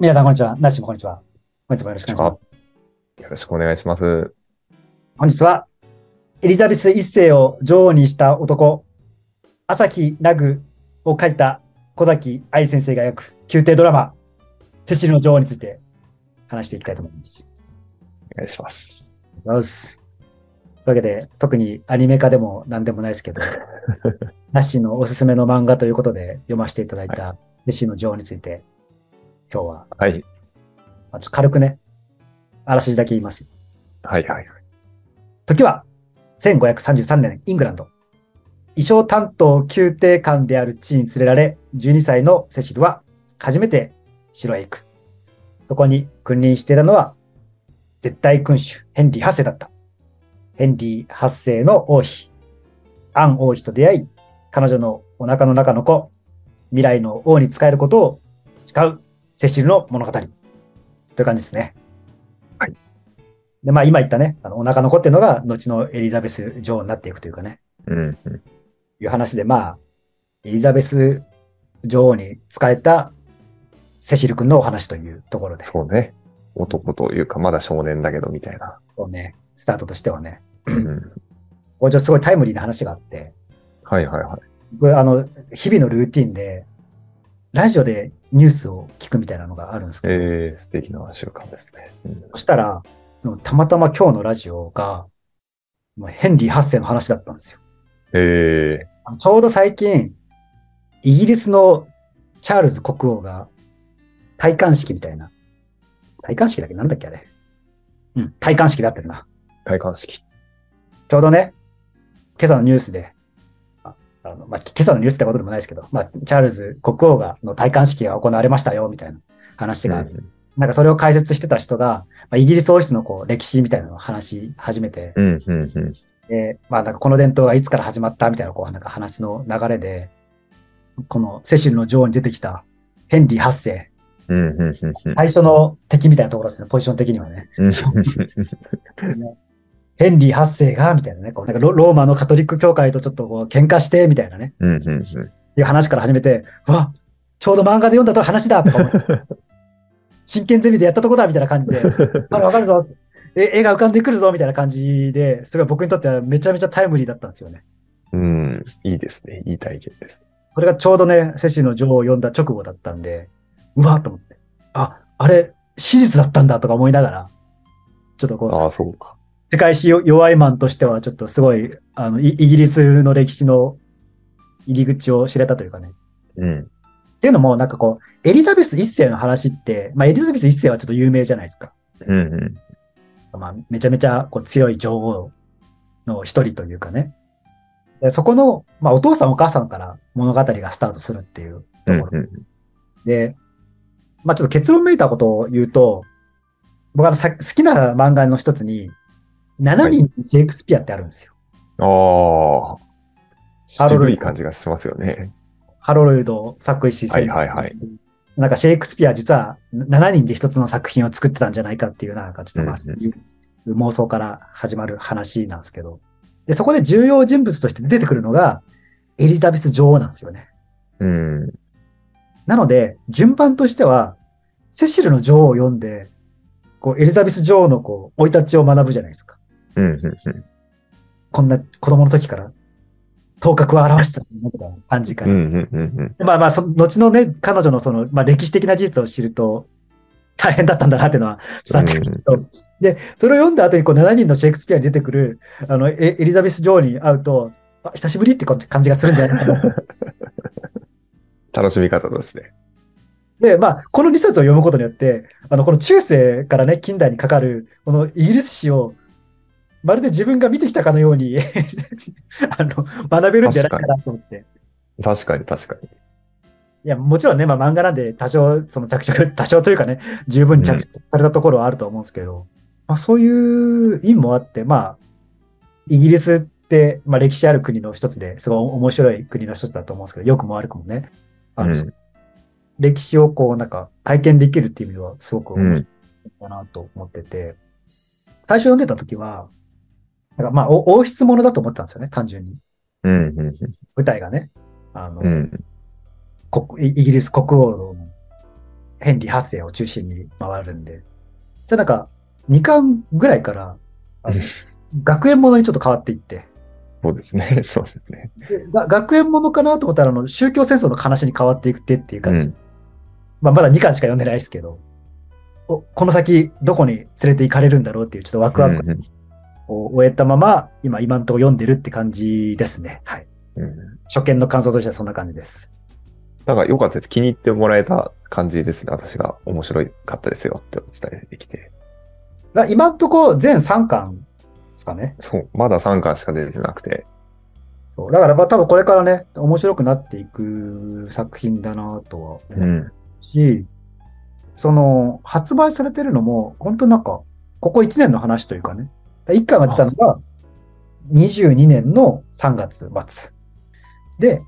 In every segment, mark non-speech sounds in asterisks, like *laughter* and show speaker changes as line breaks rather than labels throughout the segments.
皆さん、こんにちは。なっしもこんにちは。本日もよろしくお願いします。
よろしくお願いします。
本日は、エリザベス一世を女王にした男、朝木ナグを書いた小崎愛先生が描く宮廷ドラマ、セシルの女王について話していきたいと思います。
お願いします。
お願いします。というわけで、特にアニメ化でも何でもないです *laughs* けど、ナッシーのおすすめの漫画ということで読ませていただいた、セシルの女王について、今日は、
はい。
まあちょっと軽くね、あらすじだけ言いますよ
はいはいはい。
時は1533年イングランド。衣装担当宮廷官である地に連れられ、12歳のセシルは初めて城へ行く。そこに君臨していたのは、絶対君主ヘンリー8世だった。ヘンリー8世の王妃、アン王妃と出会い、彼女のお腹の中の子、未来の王に仕えることを誓うセシルの物語。という感じですね。で、まあ今言ったね、あのお腹の子っていうのが、後のエリザベス女王になっていくというかね、
うん、うん。
いう話で、まあ、エリザベス女王に仕えたセシル君のお話というところです。
そうね。男というか、まだ少年だけど、みたいな。
そうね、スタートとしてはね、
うん。
これちょっとすごいタイムリーな話があって、
はいはいはい。
僕、あの、日々のルーティンで、ラジオでニュースを聞くみたいなのがあるんですけど、
えー、素敵な習慣ですね。うん
そしたら、そのたまたま今日のラジオが、もうヘンリー8世の話だったんですよ。
え
あのちょうど最近、イギリスのチャールズ国王が、戴冠式みたいな。戴冠式だっけなんだっけあれ。うん、戴冠式だったよな。
ー、戴冠式。
ちょうどね、今朝のニュースで、ああのまあ、今朝のニュースってことでもないですけど、まあ、チャールズ国王が、の戴冠式が行われましたよ、みたいな話があって
う
なんかそれを解説してた人が、まあ、イギリス王室のこう歴史みたいなのを話し始めて、
ん、うん、うん。
で、まあなんかこの伝統がいつから始まったみたいなこうなんか話の流れで、このセシルの女王に出てきたヘンリー8世、
うん、うん、うんうん。
最初の敵みたいなところですね、ポジション的にはね。
うんうん
ヘンリー8世が、みたいなね、こうなんかロローマのカトリック教会とちょっとこう喧嘩して、みたいなね、
うん、うんうん。
いう話から始めて、うわちょうど漫画で読んだと話だとか思って、真剣ゼミでやったとこだみたいな感じで、あれわかるぞえ、絵が浮かんでくるぞみたいな感じで、すごい僕にとってはめちゃめちゃタイムリーだったんですよね。
うん、いいですね。いい体験です。
それがちょうどね、セシルの女王を読んだ直後だったんで、うわーっと思って、あ、あれ、史実だったんだとか思いながら、ちょっとこ
あ
う、
あ、そうか。
世界史弱いマンとしては、ちょっとすごい、あの、イイギリスの歴史の入り口を知れたというかね。
うん。
っていうのも、なんかこう、エリザベス一世の話って、まあ、エリザベス一世はちょっと有名じゃないですか。
うん、うん。
まあ、めちゃめちゃこう強い女王の一人というかね。でそこの、まあ、お父さんお母さんから物語がスタートするっていう
う
とこ
ん
ろ。
うん、
で、まあ、ちょっと結論めいたことを言うと、僕あのさ好きな漫画の一つに、7人のシェイクスピアってあるんですよ。
ああ。
ハロルド
渋い感じがしますよね。
ハロルド作詞
は
先
い
生。
はいはい。
なんかシェイクスピア実は7人で一つの作品を作ってたんじゃないかっていうなんかちょっとまあ
うんうん
そういう妄想から始まる話なんですけど。で、そこで重要人物として出てくるのがエリザベス女王なんですよね。
うん。
なので、順番としては、セシルの女王を読んで、こう、エリザベス女王のこう、生い立ちを学ぶじゃないですか。
うん、うん、うん。
こんな子供の時から、頭角を表したみたいな感じか
う
ら。
ん、うん、うん。
まあまあ、そ後のね、彼女のその、まあ歴史的な事実を知ると、大変だったんだなっていうのは伝わってくると。で、それを読んだ後にこう7人のシェイクスピアに出てくる、あの、エエリザベス女王に会うと、あ久しぶりって感じ感じがするんじゃないかな。
楽しみ方として。
で、まあ、この2冊を読むことによって、あの、この中世からね、近代にかかる、このイギリス史を、まるで自分が見てきたかのように *laughs* あの、学べるんじゃないかなと思って。
確かに確かに。
いや、もちろんね、まあ、漫画なんで多少、その着色、 *laughs* 多少というかね、十分に着色されたところはあると思うんですけど、まあ、そういう意味もあって、まあ、イギリスって、まあ、歴史ある国の一つですごい面白い国の一つだと思うんですけど、良くも悪くもね、あの
う
歴史をこう、なんか、体験できるっていう意味では、すごく面
ん。
白いだなと思ってて、最初読んでた時は、なんかまあ、お王室ものだと思ってたんですよね、単純に。
うん。うん。
舞台がね、あの、
うん。
国イイギリス国王のヘンリー8世を中心に回るんで、それなんか、2巻ぐらいから、あの学園ものにちょっと変わっていって、
そうですね。 *laughs* そうですね。
でが学園ものかなと思ったら、あの、宗教戦争の話に変わっていくってっていう
う
感じ。
ん。
まあ、まだ2巻しか読んでないですけど、おこの先、どこに連れて行かれるんだろうっていう、ちょっとワクワク
うん
を終えたまま、今、今んとこ読んでるって感じですね。はい。
うん
初見の感想としてはそんな感じです。
なんか良かったです。気に入ってもらえた感じですね。私が面白かったですよってお伝えできて。
だ今んとこ全3巻ですかね。
そう、まだ3巻しか出てなくて。
そうだからまあ多分これからね、面白くなっていく作品だなとは思う
うん。
し、その、発売されてるのも、本当なんか、ここ1年の話というかね、1巻が出たのが、22年の3月末。で、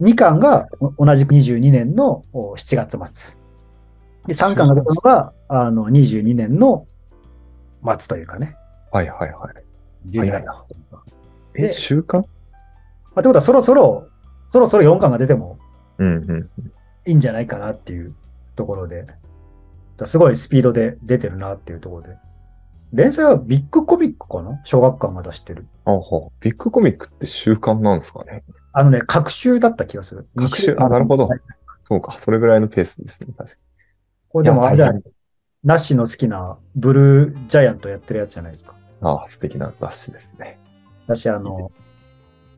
2巻がお同じく22年のお7月末。で、3巻が出たのが、あの、22年の末というかね、
はいはいはい。
12
早い
月
な
末というか。
え、
で
週刊
まあ、ってことは、そろそろ、そろそろ4巻が出ても
うんうん。
いいんじゃないかなっていうところで、すごいスピードで出てるなっていうところで。連載はビッグコミックかな小学館が出してる。
あはビッグコミックって週刊なんですかね。
あのね、各週だった気がする。
隔週
二週間
あなるほどそうか。それぐらいのペースですね。確か
こ
に。
れでもあれだ
い
よ
や
ね、ナッシーの好きなブルージャイアントやってるやつじゃないですか。
ああ、素敵な雑誌ですね。
私、あの、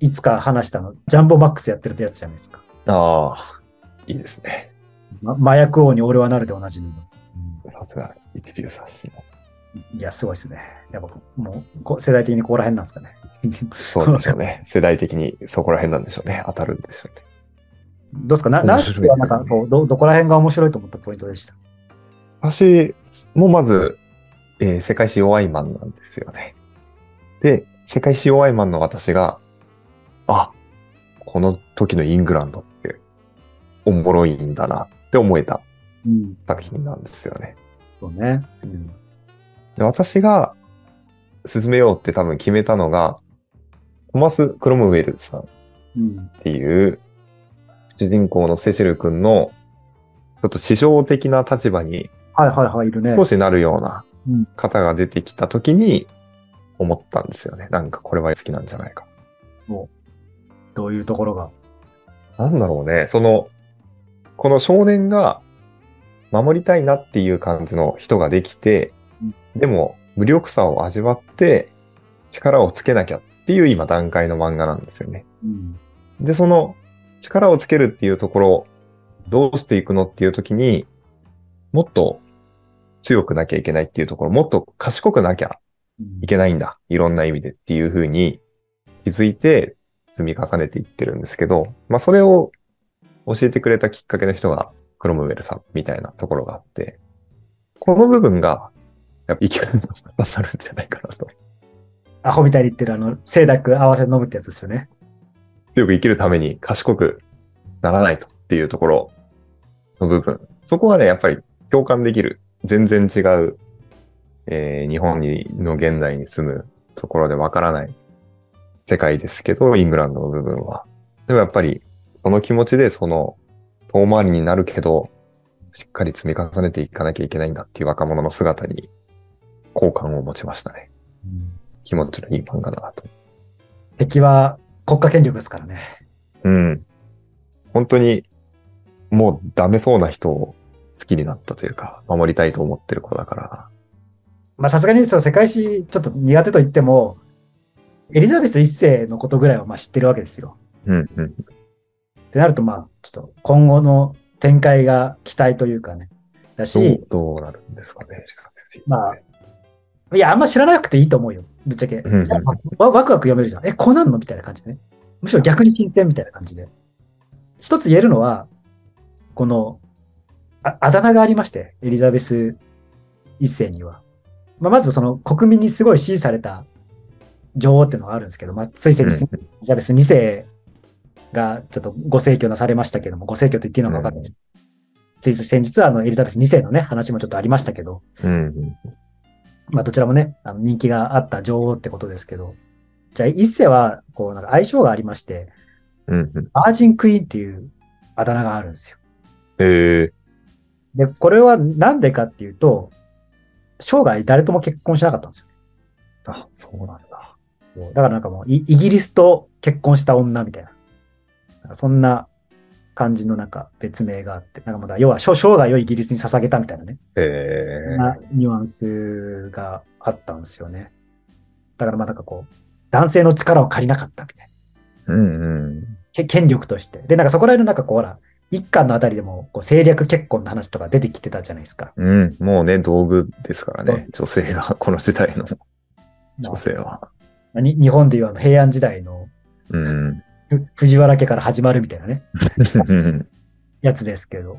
いつか話したの、ジャンボマックスやってるやつじゃないですか。
ああ、いいですね。
ま麻薬王に俺はなるでおなじみの。
さすが一流雑誌の。
いや、すごいですね。やっぱ、もう、こ世代的にここら辺なんですかね。
そうでしょうね。世代的にそこら辺なんでしょうね。当たるんでしょうね。
どうですかな、ナ
面
ッ
白いです
シ
ね
ーはなんかこうど、どこら辺が面白いと思ったポイントでした
私もまず、えー世界史弱いマンなんですよね。で、世界史弱いマンの私が、あ、この時のイングランドっておもろいんだなって思えた
うん、
作品なんですよね。
そうね。うん。
で私が進めようって多分決めたのが、トマス・クロムウェルさんっ
うん。
ていう主人公のセシル君のちょっと師匠的な立場に
はいはいはい、いるね。
少しなるような
うん
方が出てきた時に思ったんですよね。なんかこれは好きなんじゃないか。
どういうところが。
なんだろうね。その、この少年が守りたいなっていう感じの人ができて
うん、
でも無力さを味わって力をつけなきゃっていう今段階の漫画なんですよね。
うん。
で、その力をつけるっていうところをどうしていくのっていう時にもっと強くなきゃいけないっていうところ、もっと賢くなきゃいけないんだ。いろんな意味でっていう風に気づいて積み重ねていってるんですけど、まあそれを教えてくれたきっかけの人がクロムウェルさんみたいなところがあって、この部分がやっぱ生き方の方になるんじゃないかなと。
アホみたいに言ってる、あの、清濁合わせ飲むってやつですよね。
強く生きるために賢くならないとっていうところの部分。そこはね、やっぱり共感できる。全然違う、えー日本にの現代に住むところでわからない世界ですけど、イングランドの部分は。でもやっぱり、その気持ちでその遠回りになるけど、しっかり積み重ねていかなきゃいけないんだっていう若者の姿に好感を持ちましたね。気持ちのいい漫画だなと。
敵は国家権力ですからね。
うん。本当に、もうダメそうな人を好きになったというか、守りたいと思ってる子だから。
まあ、さすがに、その世界史、ちょっと苦手と言っても、エリザベス一世のことぐらいはまあ知ってるわけですよ。
うんうん。
ってなると、まあ、ちょっと今後の展開が期待というかね。だ
ど
し
う、、どうなるんですかね、
まあいや、あんま知らなくていいと思うよ。ぶっちゃけ。
んうん
わワクワク読めるじゃん。え、こうなんのみたいな感じでね。むしろ逆に金銭みたいな感じで。一つ言えるのは、この、ああだ名がありまして、エリザベス一世には。まあ、まずその国民にすごい支持された女王っていうのがあるんですけど、まあ、つい先日、エリザベス二世がちょっとご逝去なされましたけども、ご逝去と言っていいのか分かんないです。つい先日、あの、エリザベス二世のね、話もちょっとありましたけど、
うんうん。
まあ、どちらもね、あの人気があった女王ってことですけど、じゃあ、一世は、こう、なんか相性がありまして、
うんうん。
バージンクイーンっていうあだ名があるんですよ。
ええ
で、これはなんでかっていうと、生涯誰とも結婚しなかったんです
あ、そうなんだ。
よ。だからなんかもうイ、イギリスと結婚した女みたいな。なんかそんな感じのなんか別名があって、なんかまだ、要は生生涯をイギリスに捧げたみたいなね、
え
そんなニュアンスがあったんですよね。だからまあなんかこう、男性の力を借りなかったみたいな。
ー。うんうん。
け権力として。で、なんかそこら辺のなんかこう、ほら、一巻のあたりでもこう政略結婚の話とか出てきてたじゃないですか。
うん、もうね、道具ですから
そう
ね。女性が、この時代の女性は。
まあに日本でいうあの平安時代の
うん。
ふ藤原家から始まるみたいなね、
うん
やつですけど。っ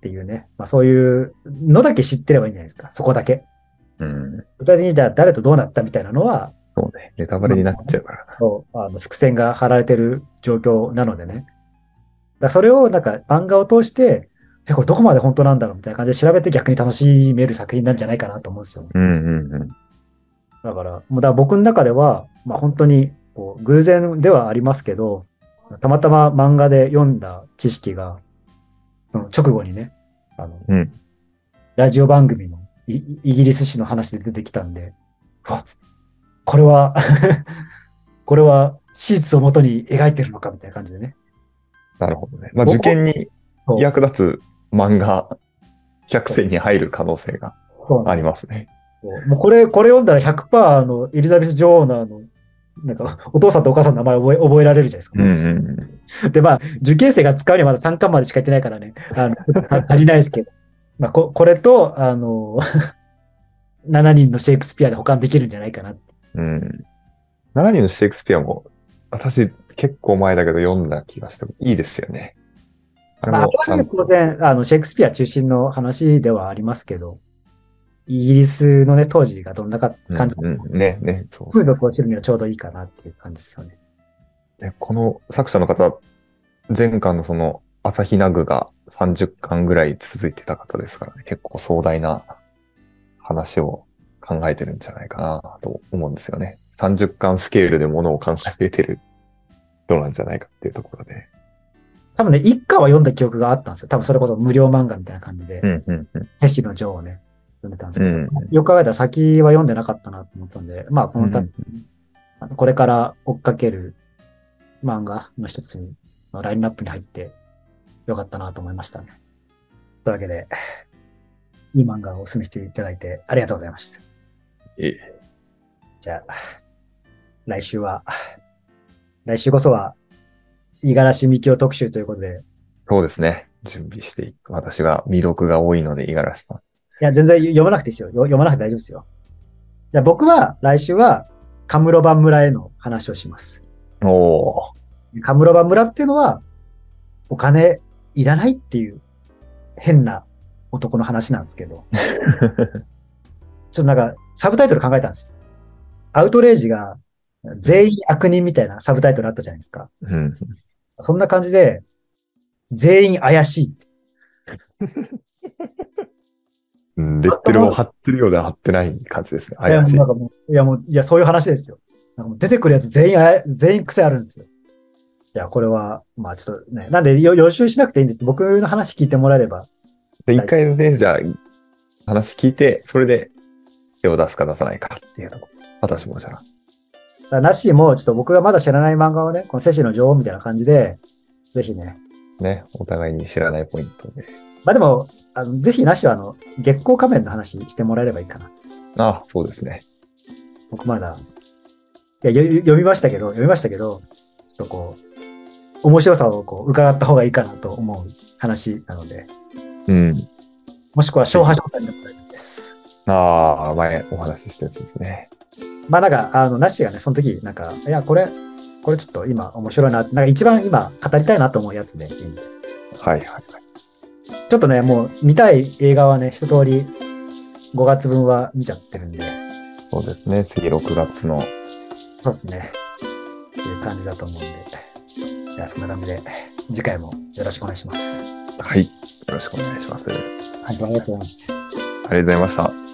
ていうね。まあそういうのだけ知ってればいいんじゃないですか。そこだけ。
うん。
具体的にじゃあ誰とどうなったみたいなのは、
そうね。ネタバレになっちゃうからな。
そうあの伏線が張られてる状況なのでね。だからそれをなんか漫画を通して、え、これどこまで本当なんだろうみたいな感じで調べて逆に楽しめる作品なんじゃないかなと思うんですよ。
うんうんうん。
だから、もうだから僕の中では、まあ、本当にこう偶然ではありますけど、たまたま漫画で読んだ知識が、その直後にね、あの、
うん
ラジオ番組のイイイギリス史の話で出てきたんで、うわつこれは、 *laughs* これは史実をもとに描いてるのかみたいな感じでね。
なるほどね。まあ、
ここ
受験に
そう
役立つ漫画、100選に入る可能性が
そうなん
あ
で
りますね。
すもうこれ、これ読んだら100%あのエリザベス女王のあの、なんか、お父さんとお母さんの名前覚え覚えられるじゃないですか。
うんうん
で、まあ、受験生が使うにはまだ3巻までしかやってないからね、あの *laughs* 足りないですけど、まあ、ここれと、あの、7人のシェイクスピアで保管できるんじゃないかなって。
うん。うん。7人のシェイクスピアも、私結構前だけど読んだ気がしてもいいですよね。あれ
まあ、あ
も
く
ち
ま
ゃ
で
ん
も当然、あの、シェイクスピア中心の話ではありますけど、イギリスのね、当時がどんなか感じ、
うんうん、ね、ね、そうそう
風俗を知るにはちょうどいいかなっていう感じですよね。
で、この作者の方、前巻のその、朝日奈具が30巻ぐらい続いてた方ですからね、結構壮大な話を考えてるんじゃないかなと思うんですよね。30巻スケールでものを考えてる人なんじゃないかっていうところで。
多分ね、一巻は読んだ記憶があったんですよ。多分それこそ無料漫画みたいな感じで、
うんうんうん。
摂氏の女王をね、読んでたんですけ
う
ど、
ん
よく考えたら先は読んでなかったなと思ったんで、まあこのた、
うん
あのこれから追っかける漫画の一つに、まあラインナップに入ってよかったなと思いましたね。というわけで、いい漫画をお勧めしていただいてありがとうございました。
いえ
じゃあ、来週は、来週こそは、五十嵐美京特集ということで、
そうですね。準備していく。私が未読が多いので、五十嵐さん。
いや、全然読まなくていいですよ。よ読まなくて大丈夫ですよ。じゃあ僕は来週は、カムロバ村への話をします。
おー
カムロバ村っていうのは、お金いらないっていう変な男の話なんですけど、ちょっとなんかサブタイトル考えたんですよ。アウトレイジが全員悪人みたいなサブタイトルあったじゃないですか。
うん。
そんな感じで、全員怪しいって。
うんレッテルを貼ってるようで貼ってない感じですね。
いや
怪しい
もうなんかもういやもう、いや、そういう話ですよ。なんかもう出てくるやつ全員あや、全員癖あるんですよ。いや、これは、まあちょっとね、なんでよ予習しなくていいんです。僕の話聞いてもらえれば
で、一回ね、じゃあ、話聞いて、それで手を出すか出さないかっていうとこ。私もじゃあ。
だからナッシーも、ちょっと僕がまだ知らない漫画をね、この世史の女王みたいな感じで、ぜひね。
ね、お互いに知らないポイントで。
まあでも、あのぜひナッシーはあの、月光仮面の話してもらえればいいかな。
あそうですね。
僕まだ、いや、よ読みましたけど、読みましたけど、ちょっとこう、面白さをこう伺った方がいいかなと思う話なので、
うん。
もしくは小破小になったらいいです。
ああ、前お話ししたやつですね。
まあなんか、あの、ナッシーがね、その時、なんか、いや、これ、これちょっと今面白いな、なんか一番今語りたいなと思うやつでいいんで。
はいはいはい。
ちょっとね、もう見たい映画はね、一通り5月分は見ちゃってるんで、
そうですね。次6月の、
そうですね。っていう感じだと思うんで。いや、そんな感じで、次回もよろしくお願いします。
はい。よろしくお願いします。あ
は
り
い、どうもありがとうございました。
がとうございました。